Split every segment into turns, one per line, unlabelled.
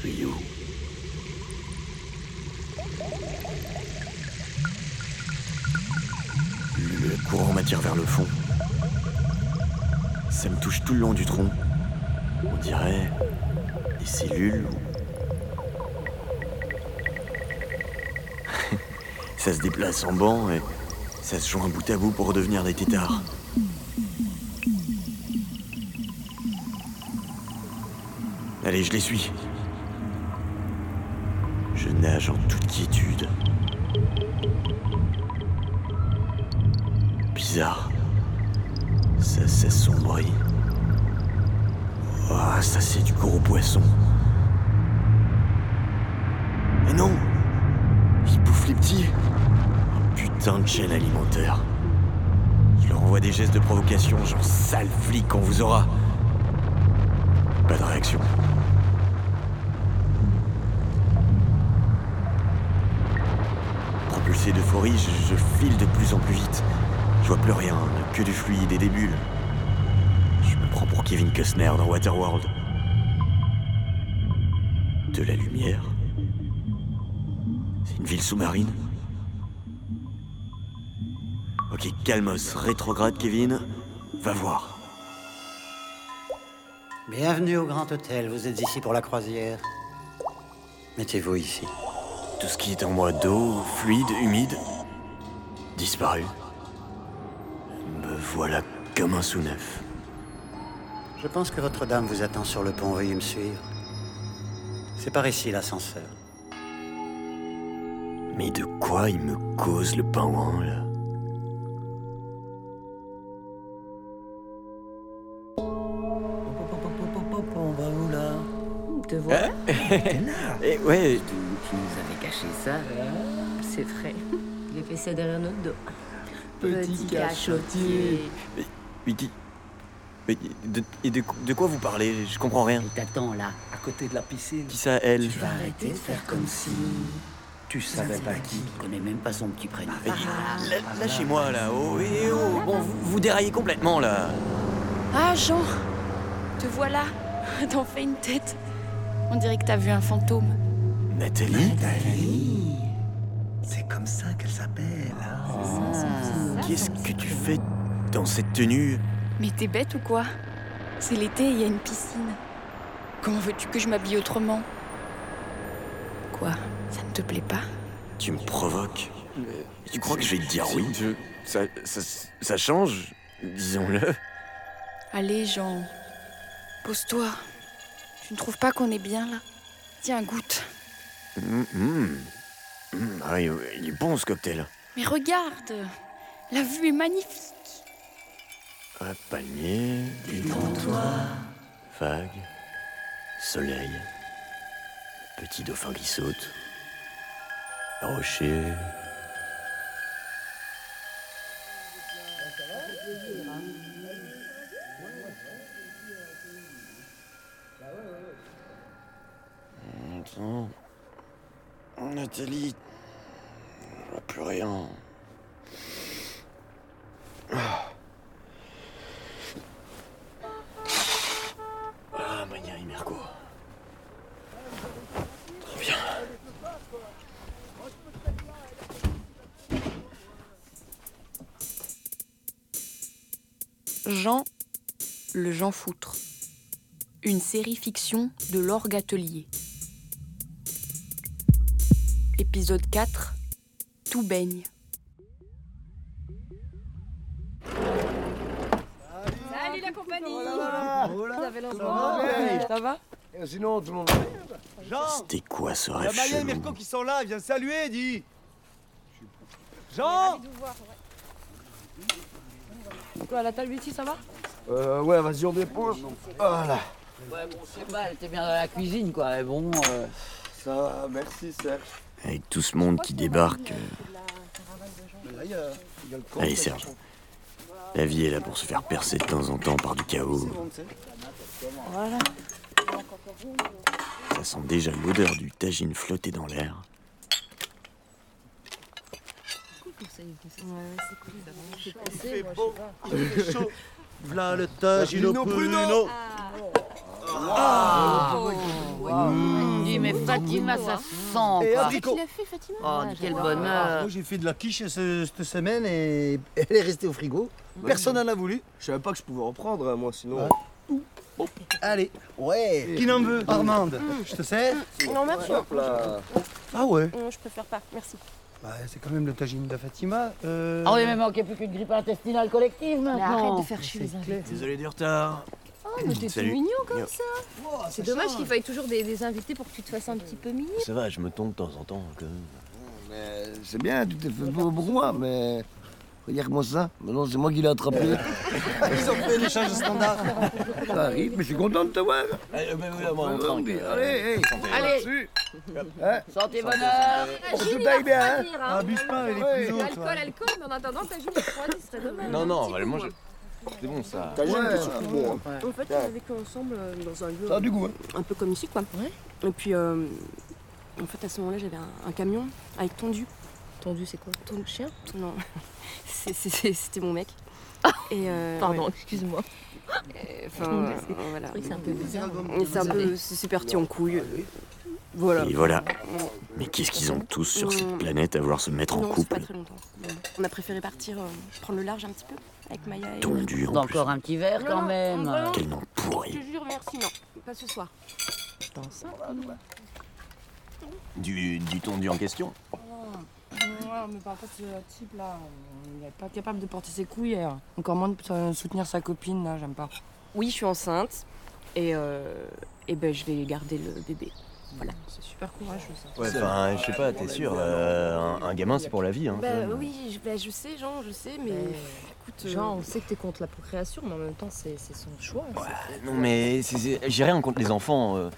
tuyau. Le courant m'attire vers le fond. Ça me touche tout le long du tronc. On dirait des cellules. ou- ça se déplace en banc et ça se joint bout à bout pour devenir des têtards. Allez, je les suis. Je nage en toute quiétude. Bizarre. Ça s'assombrit. Ah, ça c'est du gros poisson. Mais non Il bouffe les petits Un Putain de chaîne alimentaire. Je leur envoie des gestes de provocation, genre sale flic, on vous aura. Pas de réaction. Propulsé d'euphorie, je, je file de plus en plus vite. Je vois plus rien, que du fluide et des bulles. Je me prends pour Kevin Costner dans Waterworld. De la lumière. C'est une ville sous-marine. Ok, calmos, rétrograde Kevin. Va voir.
Bienvenue au Grand Hôtel, vous êtes ici pour la croisière. Mettez-vous ici.
Tout ce qui est en moi d'eau, fluide, humide, disparu. Me voilà comme un sous-neuf.
Je pense que votre dame vous attend sur le pont, veuillez me suivre. C'est par ici l'ascenseur.
Mais de quoi il me cause le pingouin, là
On va où là
Te voilà
Hein Eh ouais,
Tu, tu nous avais caché ça.
C'est vrai. Il a fait ça derrière notre dos.
Petit cachotier.
mais qui- mais de, et de, de quoi vous parlez Je comprends rien.
Il t'attend là, à côté de la piscine.
Qui ça, elle
Tu vas arrêter de faire comme si. Tu savais pas qui. Tu connais même pas son petit prénom. Ah,
Là- Lâchez-moi, là. Oh, eh, oh. Bon, vous, vous déraillez complètement, là.
Ah, Jean Te voilà T'en fais une tête On dirait que t'as vu un fantôme.
Nathalie
C'est comme ça qu'elle s'appelle. hein.
Ah. Qu'est-ce que tu fais dans cette tenue
Mais t'es bête ou quoi C'est l'été, il y a une piscine. Comment veux-tu que je m'habille autrement Quoi Ça ne te plaît pas
Tu me provoques. Tu crois que je vais te dire oui ça, ça, ça change, disons-le.
Allez, Jean. Pose-toi. Tu ne trouves pas qu'on est bien là Tiens, goûte.
Hum, hum. Hum, ah, il il est bon, ce cocktail.
Mais regarde La vue est magnifique
Un palmier, détends-toi, vague, soleil, petit dauphin qui saute, rocher. Attends. Nathalie, je vois plus rien. Ah, Mania et Merco. Très bien.
Jean, le Jean Foutre. Une série fiction de l'orgue atelier. Épisode 4. Tout baigne.
Sinon, tout le monde.
Jean
C'était quoi ce
Il y a
rêve
Maya et
chelou
Mirko qui sont là, viens saluer, dis Jean
Quoi, la Talbiti, ça va
Euh, ouais, vas-y, on dépose. Voilà.
Ouais, bon, je sais pas, elle était bien dans la cuisine, quoi. Mais bon, euh,
Ça va, merci Serge.
Avec tout ce monde qui débarque, euh,
Là, il y a, il y a le camp.
Allez, Serge. la vie est là pour se faire percer de temps en temps par du chaos. Ça sent déjà l'odeur du tagine flotté dans l'air.
C'est beau, il fait chaud.
V'là le tagino
Bruno, Bruno.
Bruno.
Oui, mais Fatima, ça sent,
Ah,
quoi.
Abricot.
Oh, quel bonheur.
Ah.
Moi, j'ai fait de la quiche ce- cette semaine et elle est restée au frigo. Personne n'en a voulu.
Je savais pas que je pouvais en prendre, hein, moi, sinon.
Ouais. Allez, ouais. Qui n'en veut Armande, je te sers.
Non, merci.
Hop là.
Ah ouais
Non, je préfère pas. Merci.
bah, C'est quand même le tagine de Fatima. Euh...
Ah oui, mais il manquait plus qu'une grippe intestinale collective maintenant.
faire chier les
Désolé du retard.
mais t'es tout
Salut.
mignon
Mignon.
comme ça. C'est dommage qu'il faille toujours des, des invités pour que tu te fasses un petit peu mignon.
Ça va, je me tombe de temps en temps. quand même.
Euh, C'est bien, tu t'es fait pour, pour moi, mais. Regarde-moi ça. Maintenant, c'est moi qui l'ai attrapé.
Ils ont fait l'échange standard.
Ça arrive, mais je suis content de te voir. Allez, allez,
Allez,
hein,
santé bonheur.
pour que tout aille bien. Hein.
Ah,
Abuse pas, elle est
Ouais.
plus haute.
L'alcool, alcool, mais en attendant, t'as juste froid, ce serait dommage.
Non,
Un
non,
petit
on va le
peu
manger.
moins.
C'est bon ça.
T'as jamais été surtout bon. hein.
En fait, on a vécu ensemble euh, dans un lieu
Ça a du goût. Hein.
un peu comme ici, quoi. Et puis, euh, en fait, à ce moment-là, j'avais un, un camion avec tondu.
Tendu, c'est quoi Ton chien
Non, C'est- c'est- c'est- c'était mon mec. Et euh,
Pardon, excuse-moi.
ouais. Enfin, euh, voilà.
C'est vrai que c'est un peu bizarre.
Et c'est un peu, c'est c'est parti en couille. Voilà. Mm.
Et voilà. Mais qu'est-ce qu'ils ont tous sur cette planète à vouloir se mettre en
Non, c'est pas
couple
très longtemps. On a préféré partir, euh, prendre le large un petit peu avec Maya et.
Tondu en plus.
Encore un petit verre quand même.
Quel nom pourri.
jure, merci, non, pas ce soir.
Du, du tondu en question
Ouais, mais par contre, ce type là, il n'est pas capable de porter ses couilles. et, euh, encore moins de euh, soutenir sa copine, là, j'aime pas. Oui, je suis enceinte et, ben, je vais garder le bébé. Voilà. C'est super courageux ça.
Ouais, enfin, je sais pas, t'es sûr, euh, un, un gamin c'est pour la vie. Hein.
Bah oui, je, bah, je sais, Jean, je sais, mais écoute. euh,
Genre, on sait que t'es contre la procréation, mais en même temps, c'est c'est son choix. c'est-
Ah, Non mais c'est- c'est- j'ai rien contre les enfants, euh,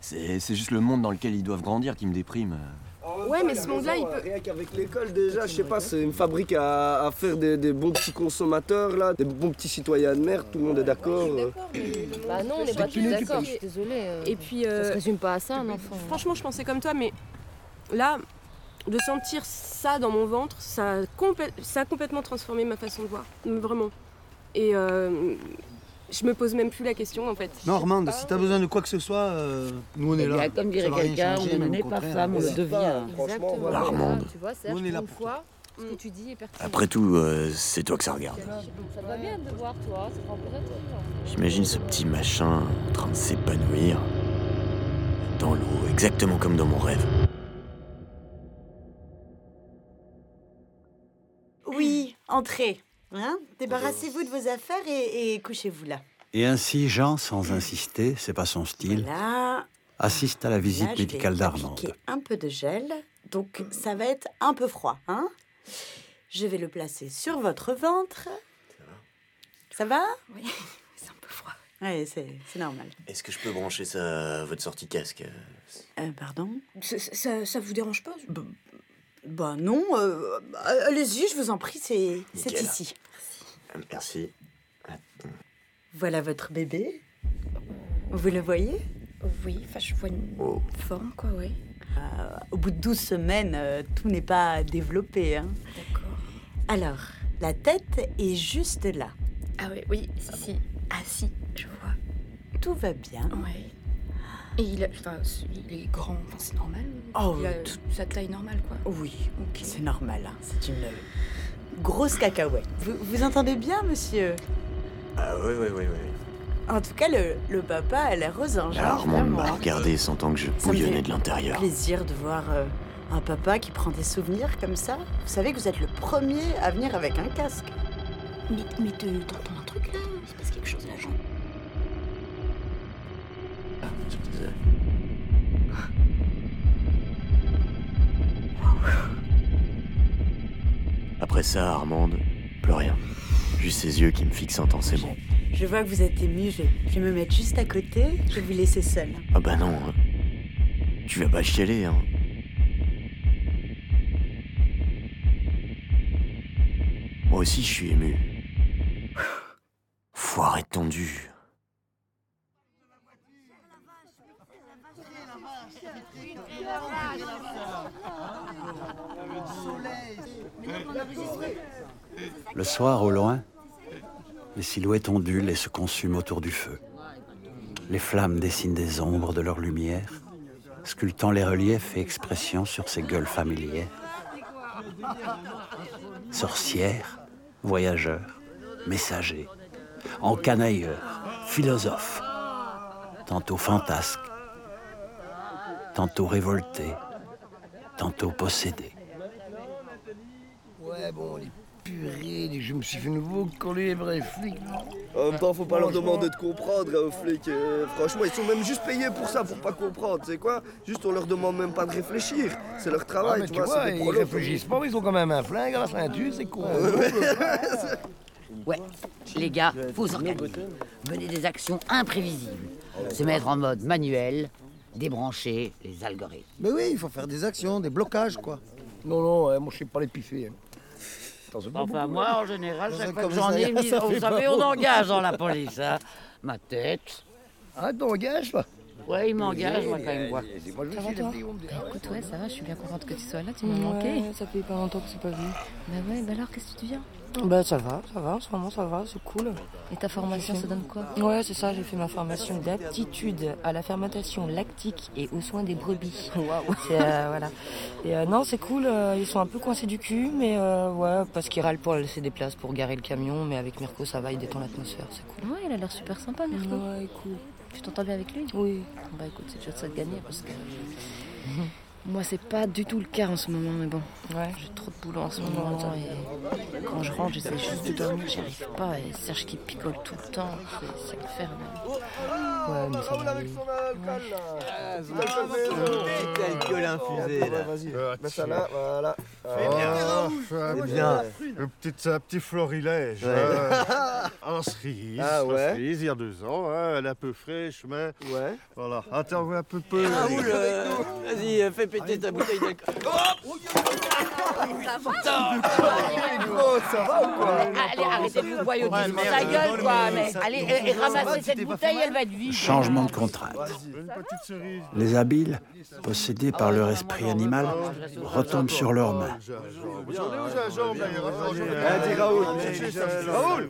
c'est c'est juste le monde dans lequel ils doivent grandir qui me déprime.
Ouais, mais ce monde-là, il peut-
euh, Rien qu'avec l'école, déjà, je sais pas, c'est une fabrique à, à faire des, des bons petits consommateurs, là, des bons petits citoyens de merde, tout le monde est d'accord. euh.
Bah non, on n'est pas tous
tu
d'accord,
peux-
je suis désolée. euh,
Et puis,
Ça se
euh,
résume pas à ça, un enfant.
franchement, je pensais comme toi, mais là, de sentir ça dans mon ventre, ça a, complè- ça a complètement transformé ma façon de voir, mais vraiment. Et euh, je me pose même plus la question en fait.
Normande, si t'as besoin de quoi que ce soit, euh, nous on est
Eh bien,
là.
comme dirait
Ça va rien
quelqu'un,
changer,
on
même
n'est
au
pas
contraire.
femme, on le
Ouais.
devient.
Franchement, voilà.
Armande.
Tu vois, Serge,
Nous, on est là
pour une
pour
fois, ce que tu dis est pertinent.
Après tout, euh, c'est toi que ça regarde.
Ça te va bien de voir, toi, ça te rend peut-être
J'imagine ce petit machin en train de s'épanouir dans l'eau, exactement comme dans mon rêve.
Oui, entrez. Hein Débarrassez-vous de vos affaires et, et couchez-vous là.
Et ainsi, Jean, sans insister, c'est pas son style,
Là,
assiste à la visite
là, je vais
médicale
appliquer
d'Armande.
un peu de gel, donc ça va être un peu froid. Hein je vais le placer sur votre ventre. Ça va
C'est un peu froid.
Oui, c'est c'est normal.
Est-ce que je peux brancher ça à votre sortie casque
Euh, pardon
Ça, ça, ça vous dérange pas
Bah non, euh, allez-y, je vous en prie, c'est c'est
Nickel.
ici.
Ah, Merci.
Voilà votre bébé. Vous le voyez
Oui, enfin, je vois une
Oh.
forme, quoi, ouais.
Au bout de 12 semaines, euh, tout n'est pas développé. hein.
D'accord.
Alors, la tête est juste là.
Ah ouais, oui, si. Ah si, je vois.
Tout va bien.
Ouais. Et il, a- enfin, il est grand, enfin, c'est normal.
Oh,
il a
tout-
toute sa taille normale, quoi.
Oui,
Ok.
c'est normal. hein. C'est une euh, grosse cacahuète. Vous, vous entendez bien, monsieur
Ah oui, oui, oui, oui.
En tout cas, le, le papa a l'air aux anges.
Là,
hein,
Armand
vraiment.
m'a regardé sentant que je
Ça me fait
bouillonnais de l'intérieur.
Plaisir de voir euh, un papa qui prend des souvenirs comme ça. Vous savez que vous êtes le premier à venir avec un casque.
Mais, mais te- t'entends un truc là Il se passe quelque chose là, Jean
Après ça, Armande, plus rien. Juste ses yeux qui me fixent intensément.
Je vois que vous êtes ému. Je, je vais me mettre juste à côté. Je vais vous laisser seul.
Ah bah non, hein. tu vas pas chialer, hein. Moi aussi, je suis ému. Foire étendue.
Soleil,
Le soir, au loin, les silhouettes ondulent et se consument autour du feu. Les flammes dessinent des ombres de leur lumière, sculptant les reliefs et expressions sur ces gueules familières. Sorcières, voyageurs, messagers, encanailleurs, philosophes, tantôt fantasques, tantôt révoltés, tantôt possédés.
Ouais, bon, les purées, les- je me suis fait nouveau coller les vrais flics.
En même temps, faut pas leur demander de comprendre hein, aux flics. euh, franchement, ils sont même juste payés pour ça, pour pas comprendre. C'est quoi Juste, on leur demande même pas de réfléchir. C'est leur travail,
mais
tu
tu
vois.
vois,
c'est des
ils
prolos.
réfléchissent pas, ils ont quand même un flingue à la ceinture, c'est con.
Ouais, les gars, vous organisez. Menez des actions imprévisibles. Se mettre en mode manuel, débrancher les algorithmes.
Mais oui, il faut faire des actions, des blocages, quoi.
Non, non, euh, moi je sais pas les piffer.
Enfin, moi, en général,
Dans un
chaque fois que j'en ai,
commissariat,
ils me disent,
ça
Oh,
fait
vous savez,
pas
on
beau.
engage dans la police, hein. Ma tête.
Ah, t'engages, toi
Ouais, il m'engage, moi, quand même, moi.
Ça va, toi
Écoute, ouais, ça va, je suis bien contente que tu sois là, tu m'as
Ouais,
manqué.
Ça fait pas longtemps que c'est pas vu.
Bah ouais, bah alors, qu'est-ce que tu viens
Bah ça va, ça va, en ce moment ça va, c'est cool.
Et ta formation, ça donne quoi
Ouais, c'est ça, j'ai fait ma formation d'aptitude à la fermentation lactique et aux soins des brebis. Waouh C'est, euh, Voilà. Et euh, non, c'est cool, euh, ils sont un peu coincés du cul, mais euh, ouais, parce qu'ils râlent pour laisser des places pour garer le camion, mais avec Mirko ça va, il détend l'atmosphère, c'est cool.
Ouais, il a l'air super sympa, Mirko.
Ouais, cool.
Tu t'entends bien avec lui
Oui.
Bah écoute, c'est déjà de ça de gagner, parce que... euh, Moi, c'est pas du tout le cas en ce moment, mais bon.
Ouais.
J'ai trop de boulot en ce moment, et quand je rentre, j'essaie juste de dormir, j'y arrive pas, et Serge qui picole tout le temps, c'est- c'est infernal.
Ouais, mais ça va aller.
Alcool infusé, là. Euh,
Mets Bah, ça là, voilà.
Ah,
C'est
ouais,
Eh bien.
Un petit, un petit florilège.
Ouais.
hein. en cerise.
Ah ouais.
en cerise, il y a deux ans. hein, elle est un peu fraîche, mais. Ouais. Voilà. Attends, ouais, un peu peu.
Raoul, euh, vas-y, euh, fais péter ta bouteille d'alcool.
Oh, ça va ou quoi
Allez, arrêtez de vous voyauter sur ta gueule, quoi. Ah, Mais allez, et- et ramassez cette bouteille, elle va être vide.
Changement de contrainte. Les habiles, possédés par leur esprit animal, retombent sur leurs mains.
Ah,
Vas-y, Raoul.
euh,
Raoul,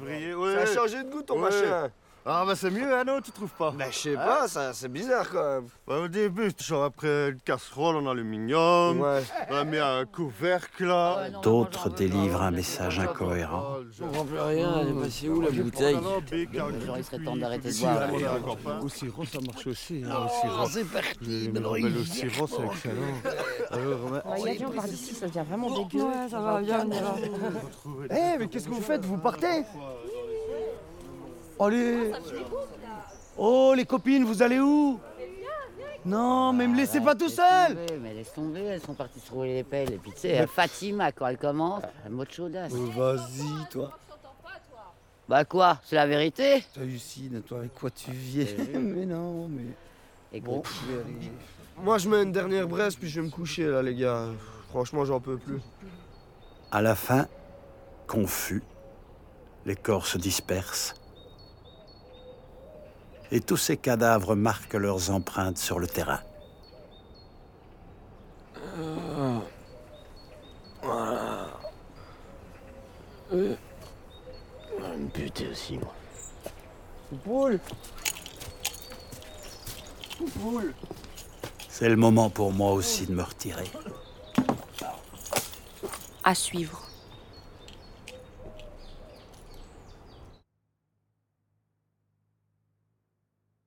Ça a changé de goût ton machin.
Ah, bah c'est mieux, hein, non, tu trouves pas Bah, je sais
pas, ça- c'est bizarre quand même.
Bah, au début, genre après une casserole en aluminium,
Ouais.
on a mis un couvercle là.
D'autres délivrent un message incohérent.
Je comprends plus rien, elle est passée où la bouteille
Genre, il serait temps d'arrêter de
Si,
Ah,
boire.
allez,
hein.
encore
Au sirop, ça marche aussi.
hein, au sirop.
parti.
mais alors, il
le
vire,
sirop, c'est
quoi.
hein.
excellent. Alors, on va-
on part d'ici, ça devient vraiment dégueu. Ouais, ça va, viens, on y va.
Eh, mais qu'est-ce que vous faites Vous partez Allez Oh, les copines, vous allez où Non, mais me laissez pas tout seul
Ouais, Mais laisse tomber, elles sont parties se rouler les pelles. Et puis tu sais, euh, Fatima, quand elle commence, elle mot de chaudasse.
Vas-y, toi.
Bah quoi, c'est la vérité
Tu hallucines, toi, avec quoi tu viens
Eh oui.
Mais non, mais.
Bon, je vais aller. Moi, je mets une dernière braise, puis je vais me coucher là, les gars. Franchement, j'en peux plus.
À la fin, confus, les corps se dispersent et tous ces cadavres marquent leurs empreintes sur le terrain.
Euh, On va me buter aussi, moi.
Poule Poule
C'est le moment pour moi aussi de me retirer.
À suivre.